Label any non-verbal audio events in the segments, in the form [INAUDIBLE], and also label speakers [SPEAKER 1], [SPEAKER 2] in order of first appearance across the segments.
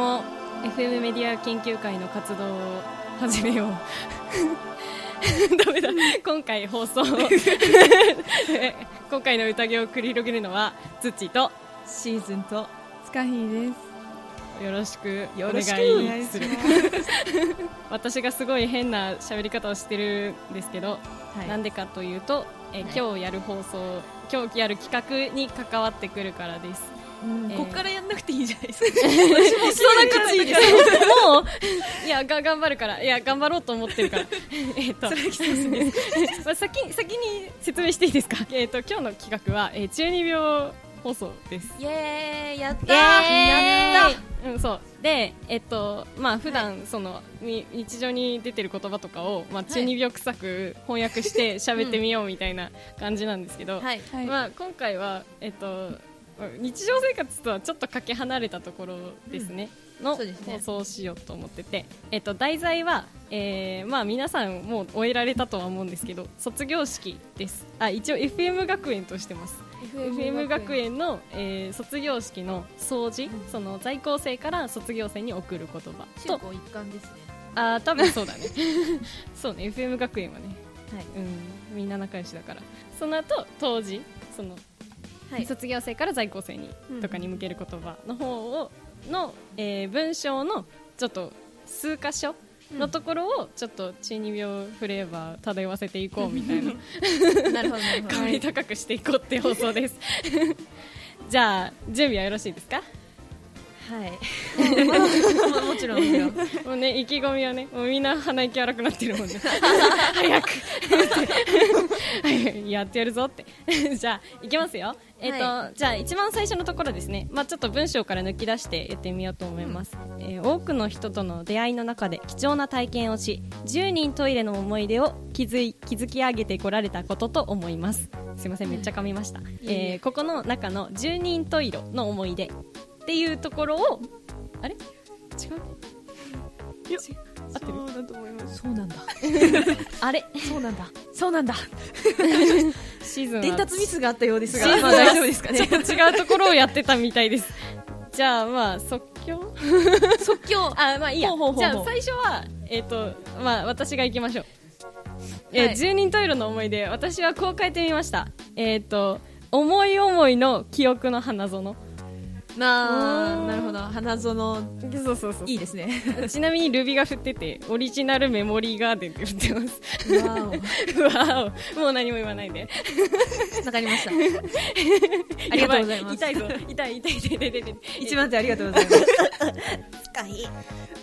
[SPEAKER 1] ウェブメディア研究会の活動を始めよう [LAUGHS] ダメだ今回放送 [LAUGHS] 今回の宴を繰り広げるのはツッチーと
[SPEAKER 2] シーズンと
[SPEAKER 3] スカヒーです
[SPEAKER 1] よろしくお
[SPEAKER 2] よ
[SPEAKER 1] 願
[SPEAKER 2] ろ
[SPEAKER 1] い
[SPEAKER 2] し
[SPEAKER 1] す
[SPEAKER 2] く
[SPEAKER 3] お願い
[SPEAKER 1] る
[SPEAKER 3] します
[SPEAKER 1] 私がすごい変な喋り方をしてるんですけど、
[SPEAKER 2] はい
[SPEAKER 1] なんでかというと、え
[SPEAKER 2] はい
[SPEAKER 1] 今日やる放送今日やる企画に関わってくるからです
[SPEAKER 2] うん
[SPEAKER 1] えー
[SPEAKER 2] こっからやんなくていいじゃないですか
[SPEAKER 1] そんなこといいですもういやが頑張るからいや頑張ろうと思ってるから [LAUGHS] えっと [LAUGHS] まあ先先に説明していいですか [LAUGHS] えっ、と今日の企画は、えー、中二病放送です
[SPEAKER 2] イエーイやった
[SPEAKER 1] や
[SPEAKER 2] や
[SPEAKER 1] っ
[SPEAKER 2] った
[SPEAKER 1] うんそうでえっとまあ普段その、に日常に出てる言葉とかをまあ中二病臭く翻訳して喋ってみようみたいな感じなんですけど、
[SPEAKER 2] たはい
[SPEAKER 3] はい、
[SPEAKER 1] まあ今回はえっとまあ日常生活とはちょっとかけ離れたところですね、の
[SPEAKER 2] そうですね
[SPEAKER 1] 放送をしようと思ってて、えっと題材は、えーまあ皆さんもう終えられたとは思うんですけど卒業式です。あ一応 FM 学園としてます。FM 学園の、えー卒業式の掃除、
[SPEAKER 2] うん
[SPEAKER 1] その在校生から卒業生に送る言葉
[SPEAKER 2] 中
[SPEAKER 1] と
[SPEAKER 2] 高一貫ですね
[SPEAKER 1] あー多分そうだね [LAUGHS] そうね FM 学園はね、
[SPEAKER 2] はい
[SPEAKER 1] うん、みんな仲良しだからその後当時その、
[SPEAKER 2] はい
[SPEAKER 1] 卒業生から在校生に
[SPEAKER 2] うん
[SPEAKER 1] とかに向ける言葉の方をの、えー文章のちょっと数箇所のところをちょっと中二病フレーバー漂わせていこうみたいな
[SPEAKER 2] なるほどなるほど
[SPEAKER 1] [LAUGHS] 香り高くしていこうって放送です [LAUGHS] じゃあ準備はよろしいですか
[SPEAKER 2] [LAUGHS] はいもちろんよ
[SPEAKER 1] もうね意気込みはねもうみんな鼻息荒くなってるもん
[SPEAKER 2] [LAUGHS]
[SPEAKER 1] ね早く [LAUGHS] はいやってやるぞって [LAUGHS] じゃあいきますよえっ、と、
[SPEAKER 2] は
[SPEAKER 1] じゃあ一番最初のところですねまあちょっと文章から抜き出して言ってみようと思います、えー多くの人との出会いの中で貴重な体験をし10人トイレの思い出を築い築き上げてこられたことと思いますすいませんめっちゃ噛みました、
[SPEAKER 2] いえいえ
[SPEAKER 1] えーここの中の10人トイレの思い出っていうところをあれ違ういや合ってる
[SPEAKER 3] そうだと思います
[SPEAKER 2] そう [LAUGHS] なんだ
[SPEAKER 1] あれ
[SPEAKER 2] そうなんだそうなんだ
[SPEAKER 1] シーズンは
[SPEAKER 2] 伝達ミスがあったようです
[SPEAKER 1] シー
[SPEAKER 2] が
[SPEAKER 1] ズン
[SPEAKER 2] まあ大丈夫ですか
[SPEAKER 1] [LAUGHS]
[SPEAKER 2] ね
[SPEAKER 1] ちょっと違うところをやってたみたいです [LAUGHS] じゃあまあ即興
[SPEAKER 2] 即興
[SPEAKER 1] あまあいいや
[SPEAKER 2] ほうほうほうほう
[SPEAKER 1] じゃあ最初はえっ、とまあ私が行きましょう、えー
[SPEAKER 2] はい
[SPEAKER 1] 住人トイレの思い出私はこう書いてみましたえっ、と思い思いの記憶の花園 [LAUGHS]
[SPEAKER 2] な
[SPEAKER 1] うーん
[SPEAKER 2] あなるほど花園
[SPEAKER 1] そうそうそう
[SPEAKER 2] いいですね
[SPEAKER 1] ちなみにルビが振っててオリジナルメモリーガーデンって振ってます
[SPEAKER 2] わ
[SPEAKER 1] [LAUGHS] わおもう何も言わないで
[SPEAKER 2] おわかりま
[SPEAKER 3] [LAUGHS]
[SPEAKER 2] したありがとうございます
[SPEAKER 1] やば痛いぞ痛い痛い痛い痛い痛い痛い
[SPEAKER 2] 一番手ありがとうござい [LAUGHS] ます
[SPEAKER 3] 深い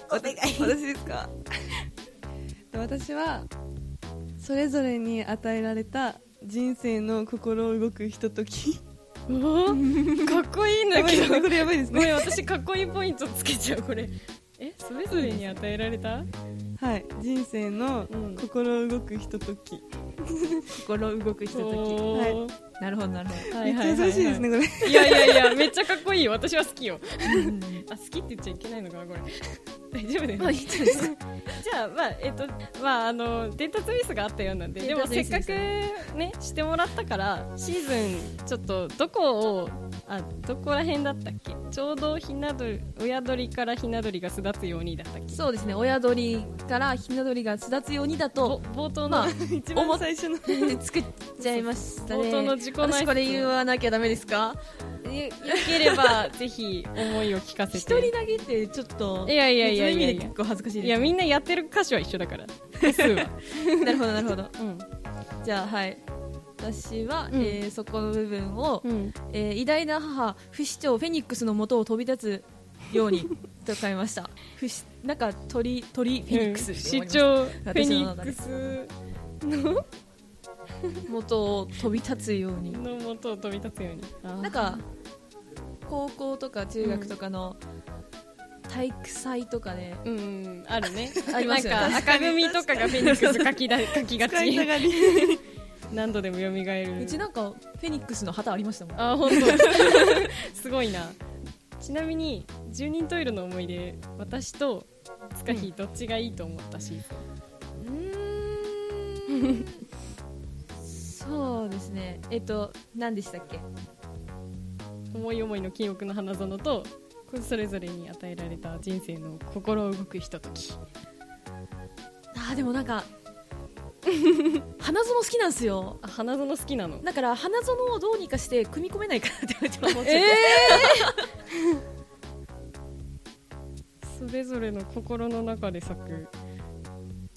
[SPEAKER 3] お願い私ですか私はそれぞれに与えられた人生の心動くひとと
[SPEAKER 2] [LAUGHS]
[SPEAKER 3] き
[SPEAKER 1] おーかっこいいんだ
[SPEAKER 3] やばい
[SPEAKER 1] け
[SPEAKER 3] で
[SPEAKER 1] [LAUGHS]
[SPEAKER 3] す
[SPEAKER 1] ど
[SPEAKER 3] ねこれやばいです
[SPEAKER 1] ごめん
[SPEAKER 3] ね
[SPEAKER 1] 私かっこいいポイントつけちゃう
[SPEAKER 3] [LAUGHS]
[SPEAKER 1] これえそれぞれに与えられた
[SPEAKER 3] はい人生の
[SPEAKER 1] うん
[SPEAKER 3] 心動くひととき
[SPEAKER 2] 心動くひとと
[SPEAKER 1] おー
[SPEAKER 2] きなるほどなるほ
[SPEAKER 1] は
[SPEAKER 3] めっちゃ優しいですねこれ
[SPEAKER 1] いやいやいやめっちゃかっこいいよ私は好きよ
[SPEAKER 2] ど
[SPEAKER 1] あ好きって言っちゃいけないのかなこれ [LAUGHS] 大丈夫だよ
[SPEAKER 2] まあい
[SPEAKER 1] ね
[SPEAKER 2] いんじゃないですか
[SPEAKER 1] [LAUGHS] じゃあまあえっとまああの伝達ミスがあったようなんでで
[SPEAKER 2] 伝
[SPEAKER 1] も
[SPEAKER 2] 達
[SPEAKER 1] せ
[SPEAKER 2] ミ
[SPEAKER 1] っ
[SPEAKER 2] ス
[SPEAKER 1] か
[SPEAKER 2] で
[SPEAKER 1] く
[SPEAKER 2] した
[SPEAKER 1] ねしてもらったからシーズンちょっとどこをあどこら辺だったっけちょうどひな鳥親鳥からひな鳥が巣立つようにだったっけ
[SPEAKER 2] そうですね親鳥からひな鳥が巣立つようにだと
[SPEAKER 1] ぼ冒頭の、
[SPEAKER 2] [LAUGHS] まあ
[SPEAKER 3] 一番最初の
[SPEAKER 2] 作っちゃいましたね
[SPEAKER 1] 冒頭の自己内
[SPEAKER 2] 私これ言わなきゃダメですか
[SPEAKER 1] よよければ [LAUGHS] ぜひ思いを聞かせて
[SPEAKER 2] 一人投げってちょっと
[SPEAKER 1] いやいやいやい
[SPEAKER 2] そういう
[SPEAKER 1] や
[SPEAKER 2] 意
[SPEAKER 1] い
[SPEAKER 2] 味で
[SPEAKER 1] や
[SPEAKER 2] 結構恥ずかしい
[SPEAKER 1] い
[SPEAKER 2] で
[SPEAKER 1] や
[SPEAKER 2] す
[SPEAKER 1] みんなやってる歌詞は一緒だ
[SPEAKER 2] [LAUGHS]
[SPEAKER 1] から個数は、
[SPEAKER 2] なるほどなるほど
[SPEAKER 1] うん
[SPEAKER 2] じゃあはい私は、
[SPEAKER 1] うん
[SPEAKER 2] えーそこの部分を、
[SPEAKER 1] うん、
[SPEAKER 2] えー偉大な母不死鳥フェニックスの元を飛び立つよ
[SPEAKER 1] [LAUGHS]
[SPEAKER 2] うにと変えました不死なんか鳥鳥フェニックスって
[SPEAKER 1] 市
[SPEAKER 2] 思いました
[SPEAKER 1] 長フェ
[SPEAKER 2] 私
[SPEAKER 1] ニッ
[SPEAKER 2] の中で
[SPEAKER 1] クス
[SPEAKER 2] 元を飛び立つように
[SPEAKER 1] の元を飛び立つように
[SPEAKER 2] なんか高校とか中学とかの体育祭とかで、
[SPEAKER 1] うんあるね
[SPEAKER 2] [LAUGHS] ありますよね
[SPEAKER 1] なんか赤組とかがフェニックス書きだ
[SPEAKER 2] [LAUGHS]
[SPEAKER 1] 書きが
[SPEAKER 3] 使いた
[SPEAKER 1] ち
[SPEAKER 3] がり
[SPEAKER 1] [LAUGHS] 何度でも蘇る
[SPEAKER 2] うちなんかフェニックスの旗ありましたもん
[SPEAKER 1] あ本
[SPEAKER 2] [LAUGHS]
[SPEAKER 1] 当すごいなちなみに十人十色の思い出私と塚ひどっちがいいと思ったし、
[SPEAKER 2] そうですねえっと何でしたっけ
[SPEAKER 1] 思い思いの記憶の花園とそれぞれに与えられた人生の心動くひととき
[SPEAKER 2] あーでもなんか [LAUGHS] 花園好きなんですよ
[SPEAKER 1] あ花園好きなの
[SPEAKER 2] だから花園をどうにかして組み込めないかなってちょっと思っちゃっ
[SPEAKER 1] え [LAUGHS]
[SPEAKER 2] て、
[SPEAKER 1] それぞれの心の中で咲く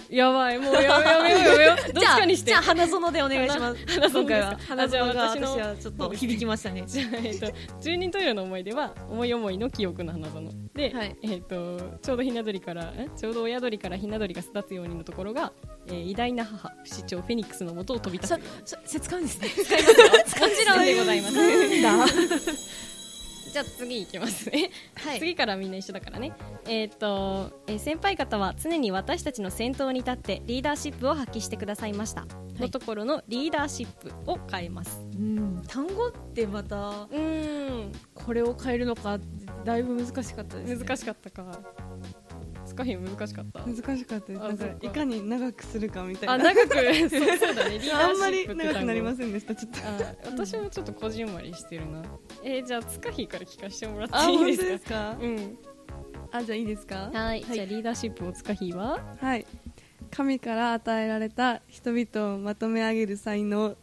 [SPEAKER 1] やばいもうやめやめようやめようどっちかにして
[SPEAKER 2] [LAUGHS] じゃあじゃあ花園でお願いします
[SPEAKER 1] 花花園ですか
[SPEAKER 2] 今回は
[SPEAKER 1] あ
[SPEAKER 2] 花
[SPEAKER 1] じゃあ
[SPEAKER 2] 園が
[SPEAKER 1] 私の
[SPEAKER 2] 私はちょっと響きましたね
[SPEAKER 1] [LAUGHS] じゃあ、えっと、住人トイレの思い出は思い思いの記憶の花園で、
[SPEAKER 2] はい
[SPEAKER 1] えっとちょうどひな鳥からえちょうど親鳥からひな鳥が巣立つようにのところが、えー偉大な母不死鳥フェニックスのもとを飛び立
[SPEAKER 2] そ
[SPEAKER 1] つ
[SPEAKER 2] そそれ使うんですね
[SPEAKER 1] もちろんでございます [LAUGHS] じゃあ次いきますね、
[SPEAKER 2] はい
[SPEAKER 1] 次からみんな一緒だからねえっと、えー先輩方は常に私たちの先頭に立ってリーダーシップを発揮してくださいました、のところのリーダーシップを変えます
[SPEAKER 2] うん単語ってまた
[SPEAKER 1] うん
[SPEAKER 2] これを変えるのかだいぶ難しかったです、ね、
[SPEAKER 1] 難しかったかスカヒム難しかった
[SPEAKER 3] 難しかったです
[SPEAKER 1] あ
[SPEAKER 3] なんか
[SPEAKER 1] そっか
[SPEAKER 3] いかに長くするかみたいな
[SPEAKER 1] あ長く [LAUGHS] そうそうだねリーダ
[SPEAKER 3] あ
[SPEAKER 1] ー
[SPEAKER 3] ん
[SPEAKER 1] シ
[SPEAKER 3] ま
[SPEAKER 1] ッ
[SPEAKER 3] り
[SPEAKER 1] プって単語
[SPEAKER 3] 長くなりませんでしたちょっと
[SPEAKER 1] あ私もちょっとこじんまりしてるなえーじゃあつかひから聞かせてもらっ
[SPEAKER 3] あ
[SPEAKER 1] てい
[SPEAKER 3] 本
[SPEAKER 1] い
[SPEAKER 3] 当
[SPEAKER 1] で
[SPEAKER 3] ですす
[SPEAKER 1] か
[SPEAKER 3] か
[SPEAKER 1] うん
[SPEAKER 3] あじゃあいいですか
[SPEAKER 1] はいじゃあリーダーシップをつかひは
[SPEAKER 3] はい神から与えられた人々をまとめ上げる才能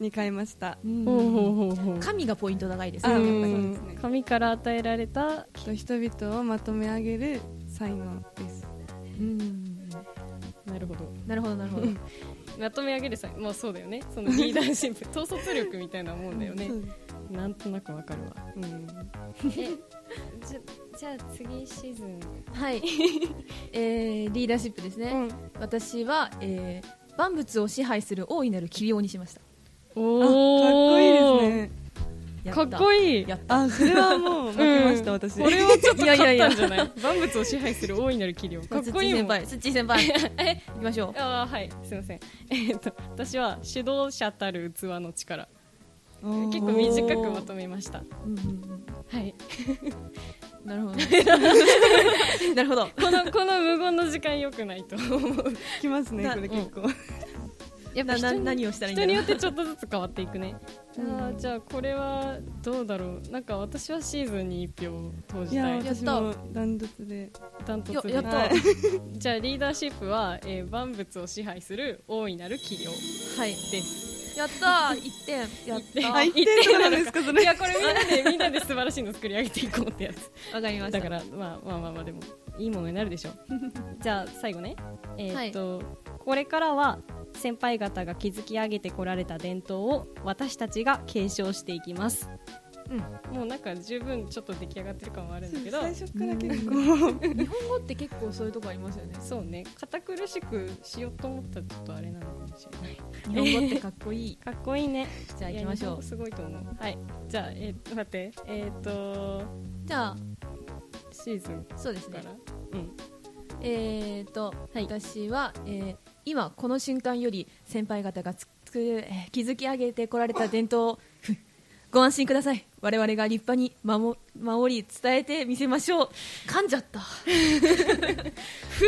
[SPEAKER 3] に変えました
[SPEAKER 2] うん
[SPEAKER 1] ほうほうほうほう
[SPEAKER 2] 神がポイント高いです
[SPEAKER 3] あ
[SPEAKER 2] ねやっ
[SPEAKER 3] やっぱ
[SPEAKER 2] ぱ
[SPEAKER 3] り
[SPEAKER 1] う
[SPEAKER 2] り
[SPEAKER 1] ん
[SPEAKER 3] そうですね
[SPEAKER 1] 神から与えられた
[SPEAKER 3] と人々をまとめ上げる才能です
[SPEAKER 2] うん
[SPEAKER 1] なるほど
[SPEAKER 2] なるほどなるほど
[SPEAKER 1] まとめ上げるさもうそうだよねそのリーダーシップ統率力みたいなもんだよね
[SPEAKER 3] そうです
[SPEAKER 1] なんとなくわかるわうんえじゃじゃあ次シーズン
[SPEAKER 2] はい、えーリーダーシップですね、
[SPEAKER 3] うん
[SPEAKER 2] 私は、えー万物を支配する大いなる器量にしました
[SPEAKER 3] あかっこいいですね
[SPEAKER 2] や
[SPEAKER 1] か
[SPEAKER 2] た
[SPEAKER 1] っこいい
[SPEAKER 2] やった
[SPEAKER 3] あそれはもう負けました、
[SPEAKER 1] [LAUGHS] うん
[SPEAKER 3] 私
[SPEAKER 1] これはちょっと勝
[SPEAKER 2] いやい
[SPEAKER 1] っ
[SPEAKER 2] や
[SPEAKER 1] たん
[SPEAKER 2] いや
[SPEAKER 1] じゃない万物を支配する大いなる器量かっこいいもん
[SPEAKER 2] まあツッチー先輩ツッチー先輩え行きましょう
[SPEAKER 1] ああはいすいません [LAUGHS] えっと私は主導者たる器の力結構短くまとめました
[SPEAKER 2] うんうん
[SPEAKER 1] はい
[SPEAKER 2] うんなるほどなるほど
[SPEAKER 1] このこの無言の時間良くないと思う
[SPEAKER 3] きますね
[SPEAKER 2] な
[SPEAKER 3] これ結構、
[SPEAKER 1] やっ
[SPEAKER 2] なな
[SPEAKER 1] 人に
[SPEAKER 2] 何をしたらいいん
[SPEAKER 1] 人
[SPEAKER 2] だ
[SPEAKER 1] に
[SPEAKER 2] ろ
[SPEAKER 1] よ
[SPEAKER 2] う
[SPEAKER 1] ってちょっとずつ変わっていくね
[SPEAKER 2] うん
[SPEAKER 1] あーじゃあこれはどうだろうなんか私はシーズンに1票投
[SPEAKER 3] い
[SPEAKER 1] じ
[SPEAKER 3] や
[SPEAKER 1] たい
[SPEAKER 2] やっ
[SPEAKER 3] 私
[SPEAKER 2] た
[SPEAKER 3] もダント
[SPEAKER 1] [LAUGHS]
[SPEAKER 3] ツで
[SPEAKER 1] ダントツで
[SPEAKER 2] ややった
[SPEAKER 1] はいじゃあリーダーシップは、えー万物を支配する大いなる器量
[SPEAKER 2] はい
[SPEAKER 1] です
[SPEAKER 2] やった一点やっ
[SPEAKER 1] で
[SPEAKER 2] た
[SPEAKER 3] あ
[SPEAKER 2] わ
[SPEAKER 3] 一点なんですかそれ
[SPEAKER 1] いやこれみんなでみんなで素晴らしいの作り上げていこうってやつ
[SPEAKER 2] かりました
[SPEAKER 1] だから、まあ、まあまあまあでもいいものになるでしょ
[SPEAKER 2] [LAUGHS]
[SPEAKER 1] うじゃあ最後ねえーっと、これからは先輩方が築き上げてこられた伝統を私たちが継承していきます
[SPEAKER 2] うん
[SPEAKER 1] もうなんか十分ちょっと出来上がってる感はあるんだけど
[SPEAKER 3] 最初から結構
[SPEAKER 2] 日本語って結構そういうとこありますよね
[SPEAKER 1] そうね堅苦しくしようと思ったらちょっとあれな
[SPEAKER 2] [LAUGHS]
[SPEAKER 1] のかもしれない
[SPEAKER 2] 日本語ってかっこい
[SPEAKER 1] [LAUGHS]
[SPEAKER 2] い
[SPEAKER 1] かっこいいね
[SPEAKER 2] じゃあ行きましょ
[SPEAKER 1] い
[SPEAKER 2] う
[SPEAKER 1] や日本語すごいと思うはいじゃあえーっと待ってえーっと
[SPEAKER 2] じゃあ
[SPEAKER 1] シーズンか
[SPEAKER 2] そうですね
[SPEAKER 1] らうん
[SPEAKER 2] えー、と、
[SPEAKER 1] はい
[SPEAKER 2] 私は、えー今この瞬間より先輩方がつく、えー築き上げてこられた伝統をふっご安心ください我々が立派に守守り伝えてみせましょう噛んじゃった
[SPEAKER 1] ふ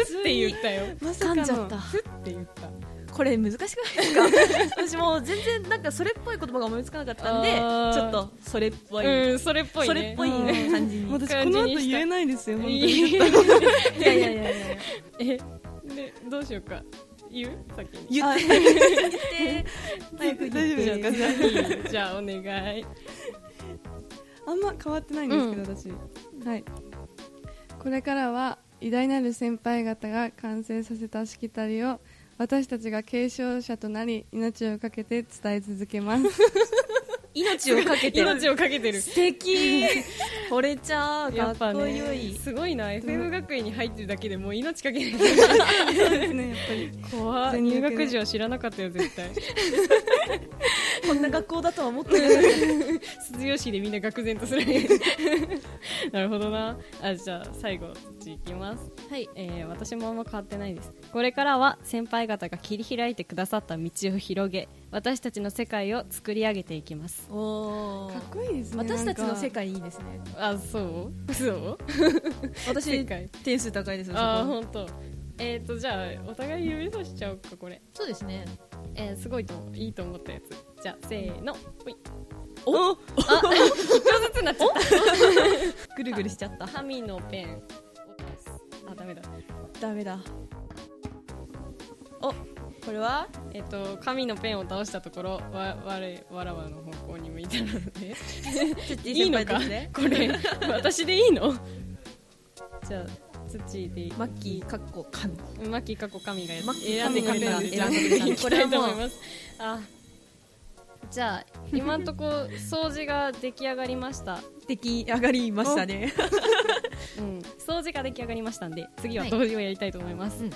[SPEAKER 1] って言ったよ
[SPEAKER 3] まさか
[SPEAKER 2] 噛
[SPEAKER 3] の
[SPEAKER 2] んじゃった
[SPEAKER 1] ふって言った
[SPEAKER 2] これ難しくないですか [LAUGHS] 私もう全然なんかそれっぽい言葉が思いつかなかったんで
[SPEAKER 1] あー
[SPEAKER 2] ちょっとそれっぽい、
[SPEAKER 1] うんそれっぽいね
[SPEAKER 2] それっぽい感じに、
[SPEAKER 3] 私
[SPEAKER 1] 感
[SPEAKER 3] こ
[SPEAKER 1] じ
[SPEAKER 3] の
[SPEAKER 1] に
[SPEAKER 3] 後
[SPEAKER 1] した
[SPEAKER 3] 言えないですよ本当
[SPEAKER 1] い
[SPEAKER 3] に
[SPEAKER 1] い
[SPEAKER 2] いやいやいやい [LAUGHS] や
[SPEAKER 1] えでどうしようか言う先
[SPEAKER 2] [LAUGHS]
[SPEAKER 1] に
[SPEAKER 2] 言
[SPEAKER 3] あ
[SPEAKER 2] って言って
[SPEAKER 3] [LAUGHS] 大丈夫ですかじゃ
[SPEAKER 1] じゃあお願い
[SPEAKER 3] ああんま変わってないんですけど、私はいこれからは偉大なる先輩方が完成させたしきたりを私たちが継承者となり命を懸けて伝え続けます
[SPEAKER 2] [LAUGHS]
[SPEAKER 3] [LAUGHS]
[SPEAKER 2] 命をかけて
[SPEAKER 1] 命をかけてる
[SPEAKER 2] 素敵 [LAUGHS] 惚れちゃうか
[SPEAKER 1] や
[SPEAKER 2] っ
[SPEAKER 1] っぱ
[SPEAKER 2] こ
[SPEAKER 1] ね
[SPEAKER 2] よい、
[SPEAKER 1] すごいな FM 学園に入ってるだけでもう命かけ
[SPEAKER 2] [LAUGHS]
[SPEAKER 1] てる
[SPEAKER 3] そうですねやっぱり
[SPEAKER 1] 怖っ
[SPEAKER 3] 全力
[SPEAKER 1] 入
[SPEAKER 3] で
[SPEAKER 1] 学時は知らなかったよ絶対
[SPEAKER 2] こんな学校だとは思ってない
[SPEAKER 1] 卒業式でみんな愕然と [LAUGHS] するなるほどなあじゃあ最後こっちいきます
[SPEAKER 2] はい
[SPEAKER 1] えー私もあんま変わってないですこれからは先輩方が切り開いてくださった道を広げ私たちの世界を作り上げていきます
[SPEAKER 2] [LAUGHS] おー
[SPEAKER 3] かっこいいですね
[SPEAKER 2] 私たちの世
[SPEAKER 3] なんか
[SPEAKER 2] 界いいですね
[SPEAKER 1] あそうそう世
[SPEAKER 2] 私
[SPEAKER 1] 界
[SPEAKER 2] 点数高いですよ
[SPEAKER 1] ああ
[SPEAKER 2] そこ
[SPEAKER 1] 本当。えっ、とじゃあお互い指さしちゃおうかこれ。
[SPEAKER 2] そうですね
[SPEAKER 1] えー、すごいと思ういいと思ったやつ。じゃあせーの。ほい。おあ、一個ずつになっちゃっ。
[SPEAKER 2] ぐるぐるしちゃったた
[SPEAKER 1] 神のペン。あ、ダメだ。
[SPEAKER 2] ダメだおこれは
[SPEAKER 1] えっと、神のペンを倒したところ、わ、われ、わらわの方向に向いたので。いいのか、これ、私でいいの。 [LAUGHS] じゃあ、土で。
[SPEAKER 2] マッキーかっこかん
[SPEAKER 1] マッキー過去神がやっ
[SPEAKER 2] マッキー
[SPEAKER 1] 選んでくれたんでじゃあ
[SPEAKER 2] 神が選んでくれた
[SPEAKER 1] いきたいと思いますあじゃあ今んと [LAUGHS] こ掃除が出来上がりました、
[SPEAKER 2] 出来上がりましたね
[SPEAKER 1] うん、掃除が出来上がりましたんで次は同時をやりたいと思います、
[SPEAKER 2] はい